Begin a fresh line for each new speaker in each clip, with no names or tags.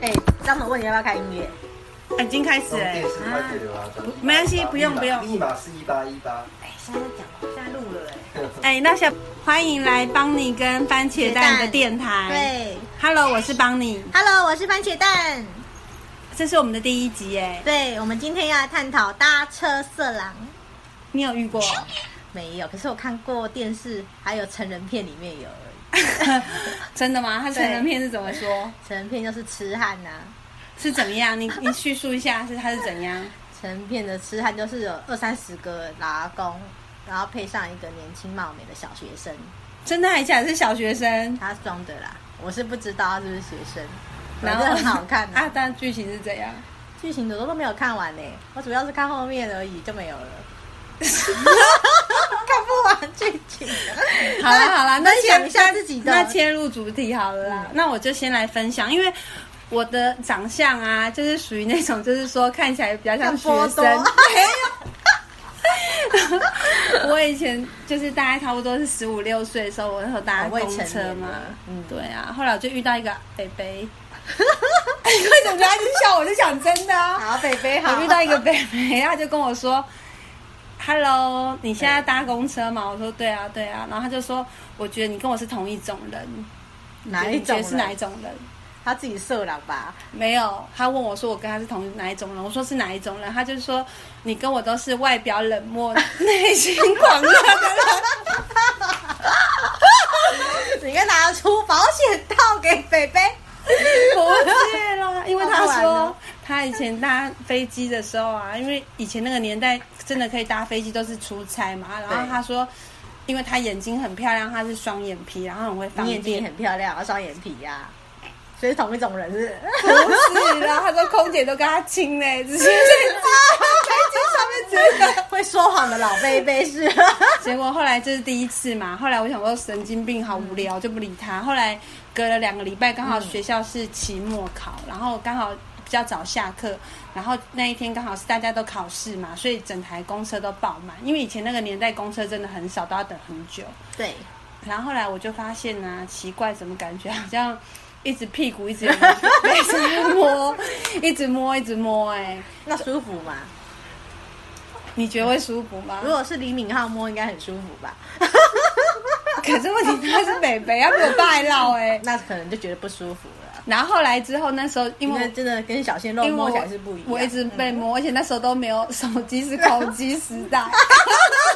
哎，张总问你要不要开音乐？
已经
啊
开始哎、
十块对吧？
没关系不用不用
密码啊是一八一八。
哎，现在讲，现在录了
哎、那下欢迎来邦尼跟番茄蛋的电
哎。
台。
对
Hello，我是邦尼，
，Hello，我是番茄蛋。
这是我们的第一集哎、
对，我们今天要来探讨搭车色狼。
你有遇过？
没有，可是我看过电视，还有成人片里面有而已。
真的吗？他成人片是怎么说？
成人片就是痴汉啊呐、
是怎么样？你你叙述一下是他是怎样？
成人片的痴汉就是有二三十个老阿公，然后配上一个年轻貌美的小学生，
真的还假的？是小学生？
他装的啦，我是不知道他是不是学生，然后很好看
啊
啊，，
但剧情是怎 样？
剧情的我都没有看完呢、我主要是看后面而已就没有 了。看不完剧情，
好啦好啦，那
分
先
享一下自己的。
那切入主题好了啦。
嗯
那我就先来分享，因为我的长相啊，就是属于那种，就是说看起来比较像学
像波多
生。 我以前就是大概差不多是十五六岁的时候，我那时候搭
哦未
公
成
车
年
嘛
了，嗯
对啊，后来我就遇到一个北 北，哎你为什么他一直笑？我就想真的 啊，
好，北北好，
我遇到一个北北，他就跟我说：“Hello，你现在搭公车吗？”我说：“对啊，对啊。”然后他就说：“我觉得你跟我是同一种人，
哪一
你觉
种
得
人？
是哪一种人？”
他自己色狼吧？
没有，他问我说我跟他是同哪一种人，我说是哪一种人，他就说你跟我都是外表冷 漠、内心狂热的人。
你应该拿出保险套给北北。
不是啦， 因为
好
他
玩
说
哦
他以前搭飞机的时候啊，因为以前那个年代真的可以搭飞机都是出差嘛，然后
对
他说，因为他眼睛很漂亮，他是双眼皮，然后很会放
你眼睛
电。
很漂亮，双眼皮呀、
啊
所以是同一种人是不是？
不 是啦，他说空姐都跟他亲嘞，只是在飞机上面真的。
会说谎的老贝贝是，
结果后来这是第一次嘛，后来我想说神经病好无聊，就不理他。后来隔了两个礼拜，刚好学校是期末考，然后刚好比较早下课，然后那一天刚好是大家都考试嘛，所以整台公车都爆满。因为以前那个年代公车真的很少，都要等很久。
对，
然后后来我就发现啊，奇怪，怎么感觉好像一直屁股一直被谁摸，一直摸一直摸、哎，
那舒服吗？
你觉得会舒服 吗？
如果是李敏镐摸，应该很舒服吧？
可是问题他是北北，要比我败落哎、
那可能就觉得不舒服了，
然后后来之后，那时候因
因
为
为
我
真的跟小鲜肉
因为
摸
我
起来是不一样。啊嗯
我一直被摸，而且那时候都没 有手机，是口机时代，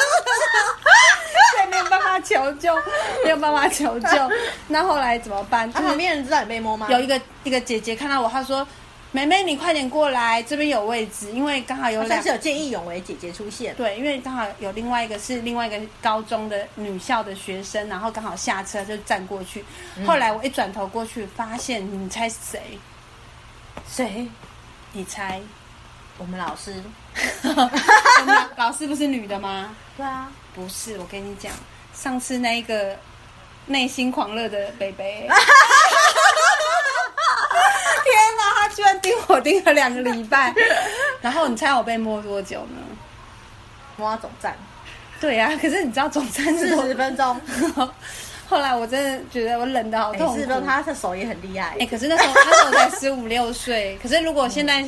所以没有办法求救，没有办法求救。那后来怎么办？就
他旁
是
边人知道你被摸吗？
有一个一个姐姐看到我，她说：“妹妹，你快点过来，这边有位置，因为刚好有
我
两
哦算是有见义勇为姐姐出现，
对，因为刚好有另外一个是另外一个高中的女校的学生，然后刚好下车就站过去。
嗯
后来我一转头过去，发现你猜是谁？
谁？
你猜？
我们老师。
我们老师不是女的 吗？
对啊，
不是，我跟你讲，上次那一个内心狂热的 北北，天哪，他居然盯我盯了两个礼拜，然后你猜我被摸多久呢？
摸到总站
对呀、可是你知道总站
四
是我
十分钟， 哎
后来我真的觉得我冷的好
每
痛苦。
次都他的手也很厉害
哎、。可是那时候那时候才十五六岁，可是如果现在、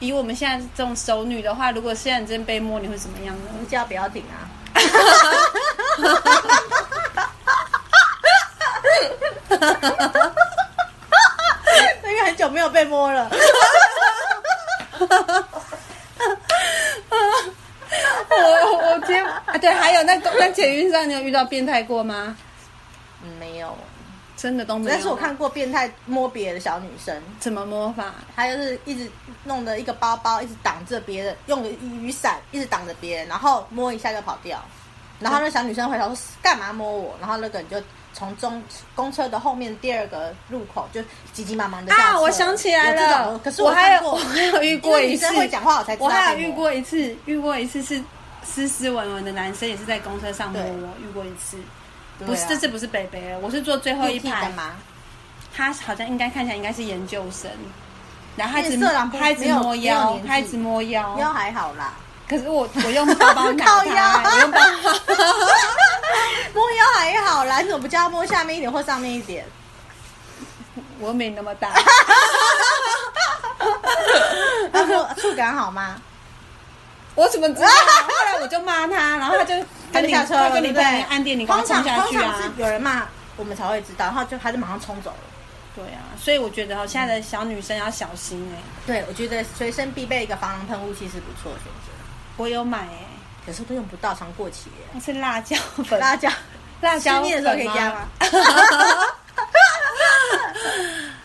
以我们现在这种熟女的话，如果现在你真被摸，你会怎么样呢？
你叫不要停 啊！ 那个很久没有被摸了，
我我今天啊， 对，还有那公那捷运上你有遇到变态过吗？
嗯没有。
真的都没有。啊
但是我看过变态摸别的小女生，
怎么摸法，
她就是一直弄的一个包包，一直挡着别人，用个雨伞一直挡着别人，然后摸一下就跑掉。然后那小女生回头说：“干嘛摸我？”然后那个人就从中公车的后面第二个入口就急急忙忙的
啊，我想起来了，
可是
我还
看
有
过
我还有遇
因
过
为
一
女
次
生，会讲话，我才知道
我还有
被
遇
摸
过一次，遇过一次是斯斯文文的男生，也是在公车上摸
对
我，遇过一次，
对啊
不是这次不是北北了，我是坐最后一
绿 T 的
排，
吗？
他好像应该看起来应该是研究生，然后他一直
因为色狼不
他一直
没有
摸
没有
腰
年，纪
他一直摸腰，
腰还好啦，
可是我 我 用包包拿
靠
他，
腰
我用包包。
摸腰还好啦，你怎么不叫他摸下面一点或上面一点？
我没那么大，
他说触感好吗？
我怎么 知道？后来我就骂他，然后他就
他就
你
下车
他
了，
跟你
对不对
爸按电铃，赶
通
快冲
常
下
通
去
常是
啊！
有人骂我们才会知道，然后就他就马上冲走了。
对啊，所以我觉得哦，现在的小女生要小心哎、
对，我觉得随身必备一个防狼喷雾器是不错的选择，
我有买哎、
可是都用不到，常过期耶。
它是辣椒粉，
辣椒，
辣椒
吃面的时候可以加吗？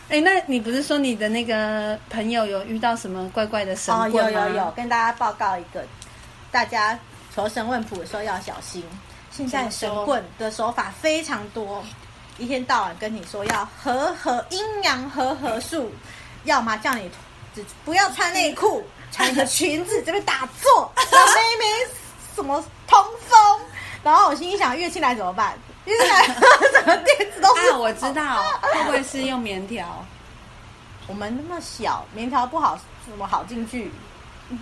哎、那你不是说你的那个朋友有遇到什么怪怪的神
哦，有
棍吗？
有有，跟大家报告一个，大家求神问卜的时候要小心，现在神棍的手法非常多，一天到晚跟你说要和和阴阳和合术，要么叫你只不要穿内 裤，穿个裙子这边打坐，让妹妹什么通风。然后我心里想，月经来怎么办？月经来 整个垫子都是。
啊，我知道，会不会是用棉条？
我们那么小，棉条不好，怎么好进去？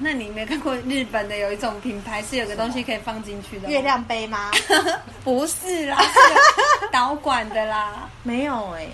那你没看过日本的有一种品牌是有个东西可以放进去的吗
月亮杯 吗？
不是 啦，是有导管的啦，
没有哎、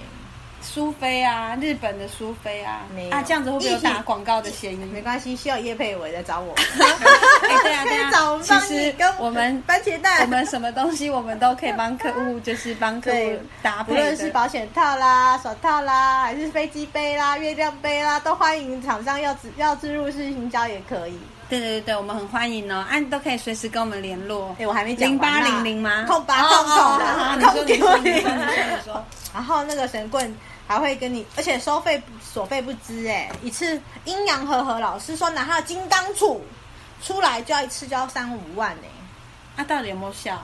苏菲啊，日本的苏菲啊
没，有
啊，这样子会不会有
一体
打广告的嫌 疑？
没关系，需要叶佩伟来找我，
哎对啊
可
对啊
以找我们
其
帮你
实
跟
我们
番茄蛋，
我们什么东西我们都可以帮客户，就是帮客户
对
搭
不
配
论
的。
是保险套啦、手套啦，还是飞机杯啦、月亮杯啦，都欢迎厂商要植要植入式行销也可以。
对对对对，我们很欢迎哦，啊，你都可以随时跟我们联络
哎、。我还没讲
零八
完啦
零零吗？
空白
哦
空
哦
空
哦好
的，
好你说
空
你
给
说
我
你说你说你说。
然后那个神棍还会跟你，而且收费所费不知哎、一次阴阳和合老师说拿他的金刚杵出来就要一次就要三五万哎、
啊，到底有没有效？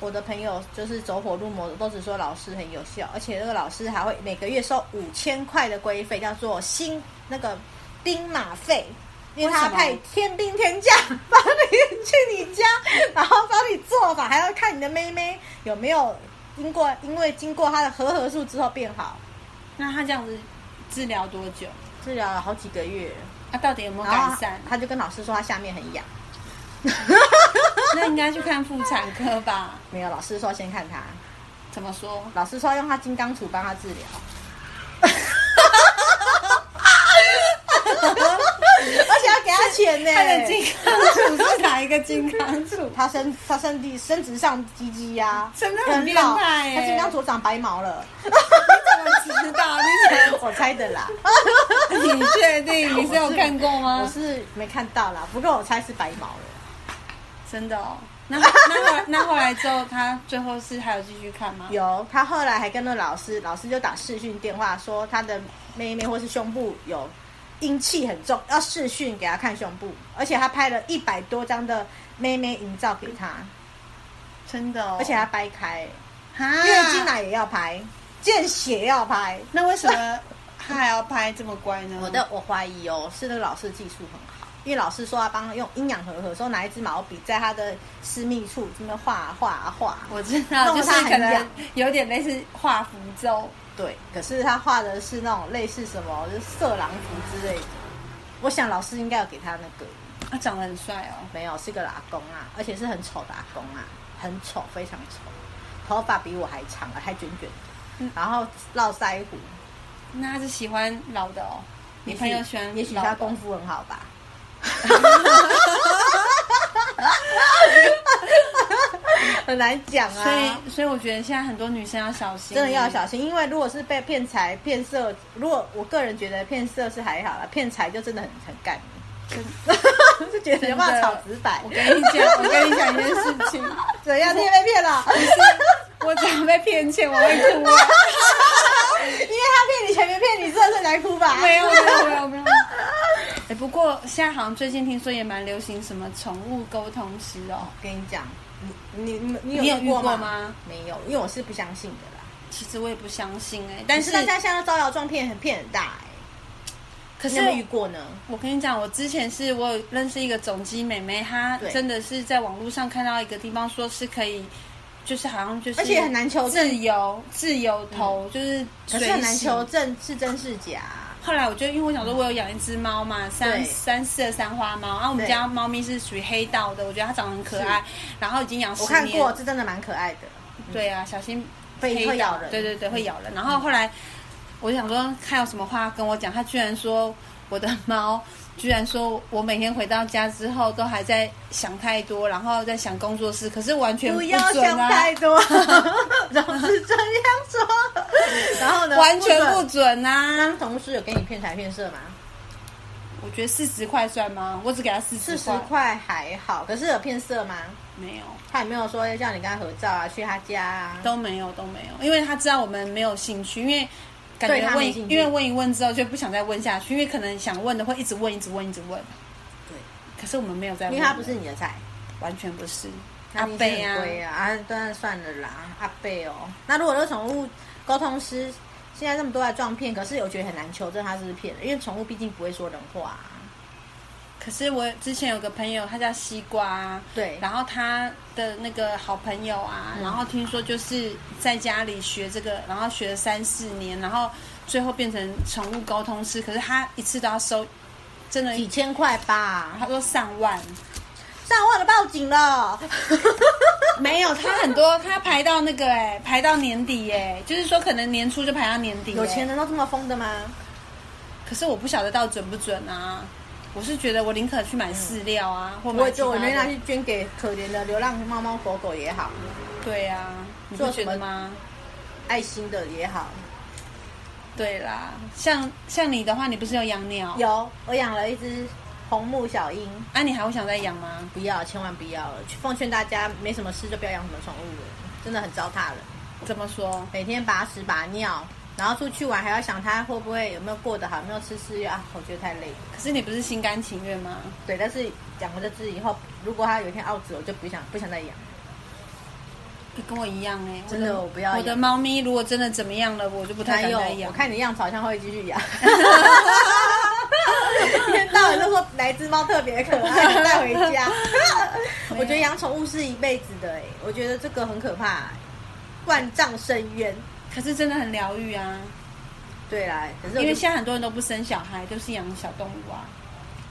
我的朋友就是走火入魔，都只说老师很有效，而且那个老师还会每个月收五千块的规费，叫做新那个兵马费，因为他
为什么
派天兵天将帮你去你家，然后帮你做法，还要看你的妹妹有没有经过，因为经过他的和合术之后变好，
那他这样子治疗多久？
治疗了好几个月，
啊，到底有没有
然后
改善？
他就跟老师说他下面很痒，
那应该去看妇产科吧？
没有，老师说先看他，
怎么说？
老师说用他金刚杵帮他治疗。 而且要给他钱呢、
他的金刚杵是哪一个金刚 杵？
他身他身体生殖上鸡鸡呀，
真的很变
老
态欸
他金刚左长白毛 了，
你怎么知道？你
我猜的啦。
怎么？你确定？你是有看过
我
吗？
是没看到啦，不过我猜是白毛了。
真的哦。那那后那后来之后，他最后是还有继续看吗？
有，他后来还跟那老师，老师就打视讯电话说他的妹妹或是胸部有阴气很重，要视讯给他看胸部，而且他拍了一百多张的妹妹营照给他，
真的哦。
而且还掰开，
哈
月经来也要拍，见血也要拍。
那为什么他还要拍这么乖呢？
我的我怀疑哦，是那个老师技术很好，因为老师说他帮他用阴阳和合，说拿一支毛笔在他的私密处这么画啊画啊画啊，
我知道，
弄得
就是
他很
可能
痒
有点类似画符咒。
对，可是他画的是那种类似什么就是色狼图之类的，我想老师应该有给他那个，
他长得很帅哦。
没有是个阿公啊，而且是很丑的阿公啊，很丑，非常丑，头发比我还长啊，还卷卷的
嗯，
然后络腮胡，
那他是喜欢老的哦。你朋友喜欢老的，
也许他功夫很好 吧。 很难讲啊，
所以所以我觉得现在很多女生要小心，
真的要小心，因为如果是被骗财骗色，如果我个人觉得骗色是还好啦，骗财就真的很很 干，
真。
就觉得有办法炒直白
我，跟你讲，我跟你讲一件事情，
怎样你也被骗 了？
我只要被骗钱，我会哭啊！
因为他骗你钱没骗你色，所以才哭吧？
没有没有没有没有。哎，不过现在好像最近听说也蛮流行什么宠物沟通师哦，
我跟你讲，你你你
你有
有
遇
过
过
吗？
吗？
没有，因为我是不相信的啦。
其实我也不相信哎，但是
大家现在招摇撞骗，很骗很大哎、
可
你
是
有没有遇过呢？
我跟你讲，我之前是我有认识一个总机妹妹，她
对
真的是在网络上看到一个地方，说是可以，就是好像就是，
而且很难求证嗯
自由自由投，就是
可
随
是很难
喜
求。证是真是假。
后来我就因为我想说，我有养一只猫嘛，三
对
三四的三花猫，然啊后我们
对
家猫咪是属于黑道的，我觉得它长得很可爱，然后已经养十
我
年，
看过，这真的蛮可爱的，
对啊，小心
会
黑
会咬
到
人。嗯
对对对，会咬人。然后后来我想说他有什么话要跟我讲，他居然说我的猫，居然说我每天回到家之后都还在想太多，然后在想工作室，可是完全
不
准
要
啊，
想太 多，总是这样说。然后呢，
完全
不
不
准。
准啊！
那同事有给你骗财骗色吗？
我觉得四十块算吗？我只给他四
四
十
十块还好，可是有骗色吗？
没有，
他有没有说要叫你跟他合照啊，去他家啊？
都没有，都没有，因为他知道我们没有兴趣，因为感
对
觉
他
问
没兴，趣
因为问一问之后就不想再问下去，因为可能想问的会一直问，一直问，一直问。
对，
可是我们没有在
因
问，
为他不是，你的菜，
完全不是。
那
阿
你是
贝
很龟
啊，
啊，啊，当然算了啦，阿贝哦。那如果这个宠物沟通师现在这么多来撞骗，可是我觉得很难求证他是不是骗的，因为宠物毕竟不会说人话、啊。
可是我之前有个朋友，他叫西瓜、啊，
对，
然后他的那个好朋友啊，
嗯
然后听说就是在家里学这个，然后学了三四年，然后最后变成宠物沟通师，可是他一次都要收，真的，
几千块吧，
他说上万，
上万的报警 了。
没有，他很多，他排到那个哎、排到年底哎、就是说可能年初就排到年底、
有钱
的，
人都这么疯的吗？
可是我不晓得到底准不准啊。我是觉得我宁可去买饲料啊，或
嗯我
买
也
其
觉得
他
我
的
能拿去捐给可怜的流浪猫猫狗狗也好，
对啊，你不
做什
觉
么
得吗？
爱心的也好。
对啦，像像你的话，你不是有养鸟？
有，我养了一只红木小鹰，
啊，你还会想再养吗？
不要，千万不要了。奉劝大家，没什么事就不要养什么宠物了，真的很糟蹋人。
怎么说？
每天把屎把尿，然后出去玩还要想它会不会有没有过得好，有没有吃饲料啊，我觉得太累了。
可是你不是心甘情愿吗？
对，但是养了这只以后，如果它有一天傲子，我就不想不想再养。
你跟我一样哎、
真的
我
我不要养
我的猫咪如果真的怎么样了，我就不太
还
敢
有
再，养。
我看你的样子好像会继续 养。 一天到晚都说哪一只猫特别可爱，带回 家。我觉得养宠物是一辈子的、欸，我觉得这个很可怕、欸万丈深渊。
可是真的很疗愈啊，
对啦，可是我
因为
就
现在很多人都不生小孩，都是养小动物啊。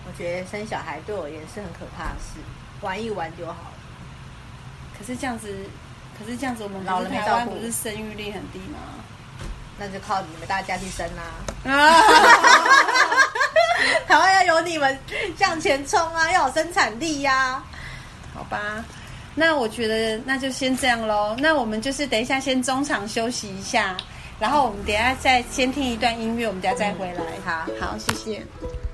我觉得生小孩对我而言是很可怕的事，玩一玩就好了。
可是这样子，可是这样子，我们
老
老
了
了
没
台
照
湾
顾
不是生育率很低吗？
那就靠你们大家去生啦、
啊，
台湾要有你们向前冲啊，要有生产力呀、啊
好吧。那我觉得那就先这样喽。那我们就是等一下先中场休息一下，然后我们等一下再先听一段音乐，我们等一下再回来。
好
好，谢谢。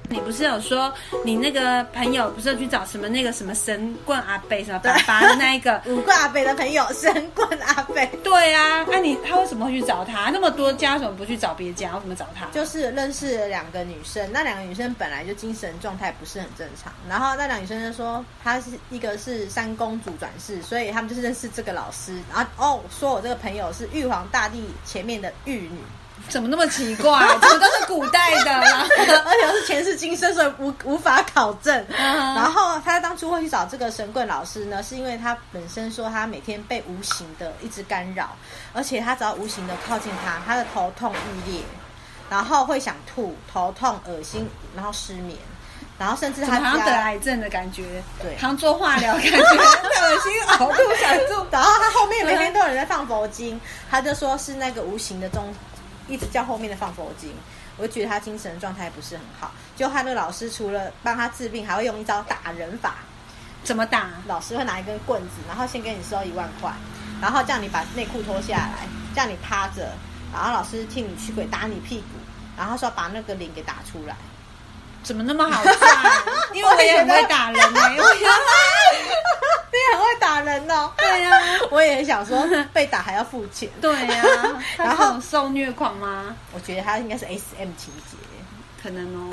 你不是有说你那个朋友不是有去找什么那个什么神棍阿贝什么爸爸的那一个？
五个阿北的朋友，神棍阿北。
对啊，那、你他为什么会去找他？那么多家为什么不去找别家？为什么找他？
就是认识了两个女生，那两个女生本来就精神状态不是很正常，然后那两个女生就说她是一个是三公主转世，所以他们就是认识这个老师，然后哦说我这个朋友是玉皇大帝前面的玉女，
怎么那么奇怪？ 怎么都是古代的啦？
而且是前世今生，所以无无法考证。
嗯
然后他当初会去找这个神棍老师呢，是因为他本身说他每天被无形的一直干扰，而且他只要无形的靠近他，他的头痛欲裂，然后会想吐、头痛、恶心，然后失眠，然后甚至
怎
他
么好像得
家
癌症的感觉？
对
好像做化疗感觉， 太恶心，哦呕吐想吐。
然后他后面每天都有人在放佛经，他就说是那个无形的中，一直叫后面的放佛经。我就觉得他精神状态不是很好，就他的老师除了帮他治病，还会用一招打人法。
怎么打？
老师会拿一根棍子，然后先跟你收一万块，然后叫你把内裤脱下来，叫你趴着，然后老师替你驱鬼打你屁股，然后说把那个零给打出来。
怎么那么 好赚？ 因为我也很会打人呢、欸。我也
你很会打人哦！
对呀、啊，
我也很想说被打还要付钱，
对呀、啊。
然
然
后
后受虐狂吗？
我觉得他应该是 S M 情节。
可能哦。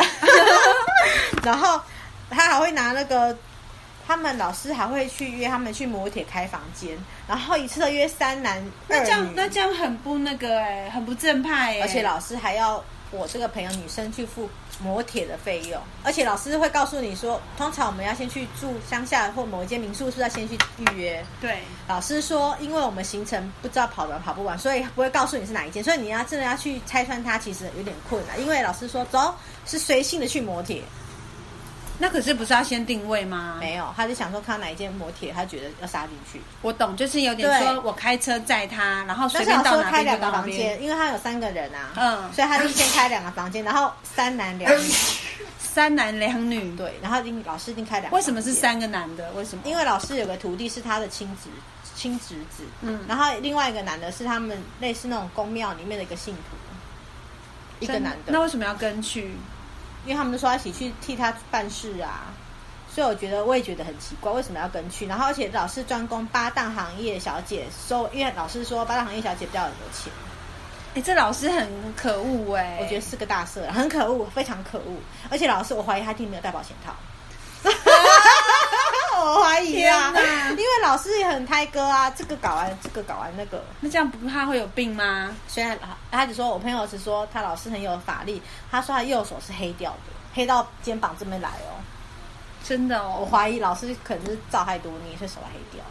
然后他还会拿那个，他们老师还会去约他们去摩铁开房间，然后一次都约三男二
那
女，
这样那这样很不那个哎、很不正派哎、
而且老师还要我这个朋友女生去付摩铁的费用，而且老师会告诉你说，通常我们要先去住乡下或某一间民宿，是要先去预约。
对，
老师说，因为我们行程不知道跑完跑不完，所以不会告诉你是哪一间，所以你要真的要去拆穿它，其实有点困难。因为老师说走是随性的去摩铁，
那可是不是要先定位吗？
没有，他就想说看到哪一件磨铁，他觉得要杀进去。
我懂，就是有点
对
说我开车载他，然后
但
随
是
便
想
到
说
哪
开
边
两
就
个
到哪
房
边。
间，因为他有三个人啊，
嗯哎
所以他就先开两个房间，然后三男两女，
三男两女，
对，然后一定老师一定开两个。
为什么是？三个男的？为什么？
因为老师有个徒弟是他的亲侄亲侄子，
嗯
然后另外一个男的是他们类似那种宫庙里面的一个信徒，一个
真
男的，
那为什么要跟去？
因为他们说要一起去替他办事啊，所以我觉得我也觉得很奇怪，为什么要跟去？然后而且老师专攻八大行业小姐收，因为老师说八大行业小姐比较有钱，
哎，这老师很可恶哎、
我觉得是个大色，很可恶，非常可恶。而且老师，我怀疑他一定没有戴保险 套。我怀疑啊
天，哪
因为老师也很胎哥啊，这个搞完这个搞完那个，
那这样不怕会有病吗？
虽然啊他只说我朋友只说他老师很有法力，他说他右手是黑掉的，黑到肩膀这边来哦。
真的
我
哦，
怀疑老师可能是造太多孽，所以手才黑掉。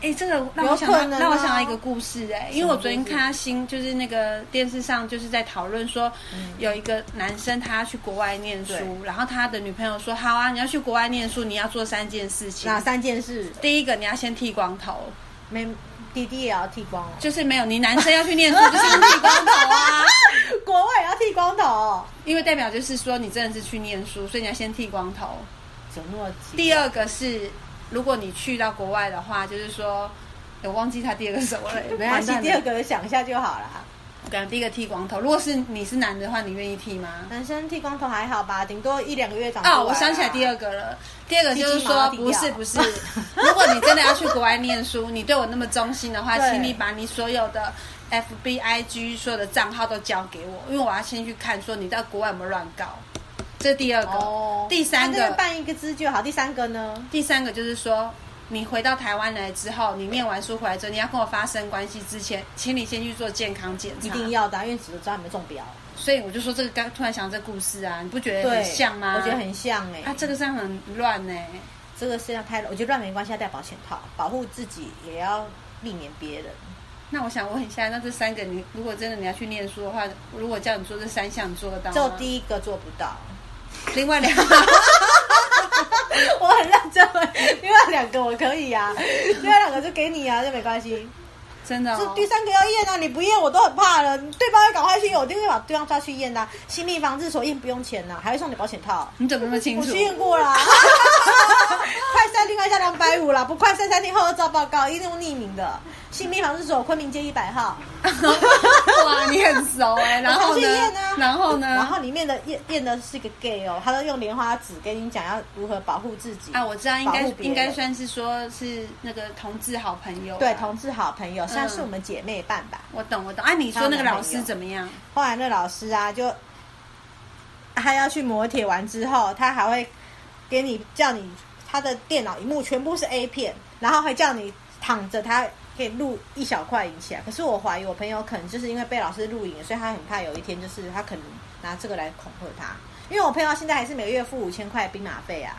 哎、这个让
有
我想到，
可能啊
让我想到一个故事哎、因为我昨天
什么故事
看他新就是那个电视上就是在讨论说，有一个男生他要去国外念书，
嗯对
然后他的女朋友说，好啊，你要去国外念书，你要做三件事情
哪。三件事？
第一个，你要先剃光头，
没弟弟也要剃光哦，
就是没有你男生要去念书，就是先剃光头啊，
国外也要剃光头哦，
因为代表就是说你真的是去念书，所以你要先剃光头。
怎么那么奇怪
第二个是，如果你去到国外的话，就是说，哎我忘记他第二个是什么了，
没关系
完蛋，了
第二个想一下就好啦。
我感觉第一个剃光头。如果是你是男的话，你愿意剃吗？
男生剃光头还好吧，顶多一两个月长出来 啊
哦，我想起来第二个了。第二个就是
剃鸡毛
说，
要剃
不
掉
是不是，如果你真的要去国外念书，你对我那么忠心的 话，
对
请你把你所有的 F B I G 所有的账号都交给我，因为我要先去看说你在国外有没有乱搞。这第二个，
哦，
第三
那就
个，
办一个支就好。第三个呢？
第三个就是说，你回到台湾来之后，你念完书回来之后，你要跟我发生关系之前，请你先去做健康检查。
一定。要的啊，因为只知道你们中标，
所以我就说这个刚突然想到这故事啊，你不觉得
对，
很像吗？
我觉得很像哎、
啊，这个上很乱欸呢、
这个是要太，我觉得乱没关系，要戴保险套，保护自己也要避免别人。
那我想问一下，那这三个你如果真的你要去念书的话，如果叫你做这三项，你做得到吗？
就第一个做不到，
另外两个，
我很认真，另外两个我可以啊，另外两个就给你啊，就没关系。
真的、
这
哦
第，三个要验啊，你不验我都很怕了，对方要赶快去验，我一定会把对方抓去验的啊、心理防治所验不用钱呐、还会送你保险套。
你怎么那么清
我
楚
去？验过啦，快筛另外加两百五啦，不快筛三天后要照报告，一定用匿名的。新密防治所昆明街一百号，
哇，你很熟哎、 然后
我才去
呢
验啊？
然后呢？
然后里面的验验的是个 gay 哦，他都用莲花指跟你讲要如何保护自己
啊，我知道，应
保
该
护别
应该
人
算是说是那个同志好朋友啊，
对同志好朋友，算
嗯
是我们姐妹伴吧。
我懂，我懂。啊，你说那个老师怎么样？
后来那老师啊，就他要去磨铁完之后，他还会给你叫你他的电脑荧幕全部是 A 片，然后还叫你躺着，他可以录一小块影起来。可是我怀疑我朋友可能就是因为被老师录影，所以他很怕有一天就是他可能拿这个来恐吓他。因为我朋友现在还是每个月付五千块兵马费啊，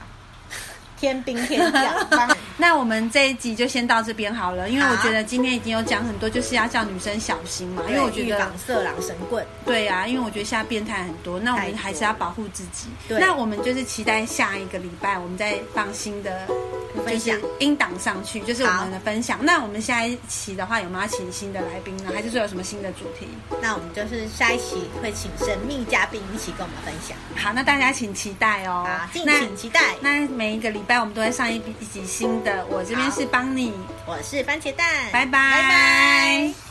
天兵天将。帮
那我们这一集就先到这边好了，因为我
好
觉得今天已经有讲很多，就是要叫女生小心嘛， 因为我觉
预
得
防色狼神棍，
对啊，因为我觉得现在变态很多，那我
太
们
多
还是要保护自己。
对
那我们就是期待下一个礼拜我们再放新的。就
分享
是音档上去，就是我
好
们的分享。那我们下一期的话，有没有要请新的来宾呢？还是说有什么新的主题？
那我们就是下一期会请神秘嘉宾一起跟我们分享。
好，那大家请期待哦。
好，敬
那
请期待。
那每一个礼拜我们都会上一一集新的，我这边是帮你，
我是番茄蛋，
拜拜。
拜拜。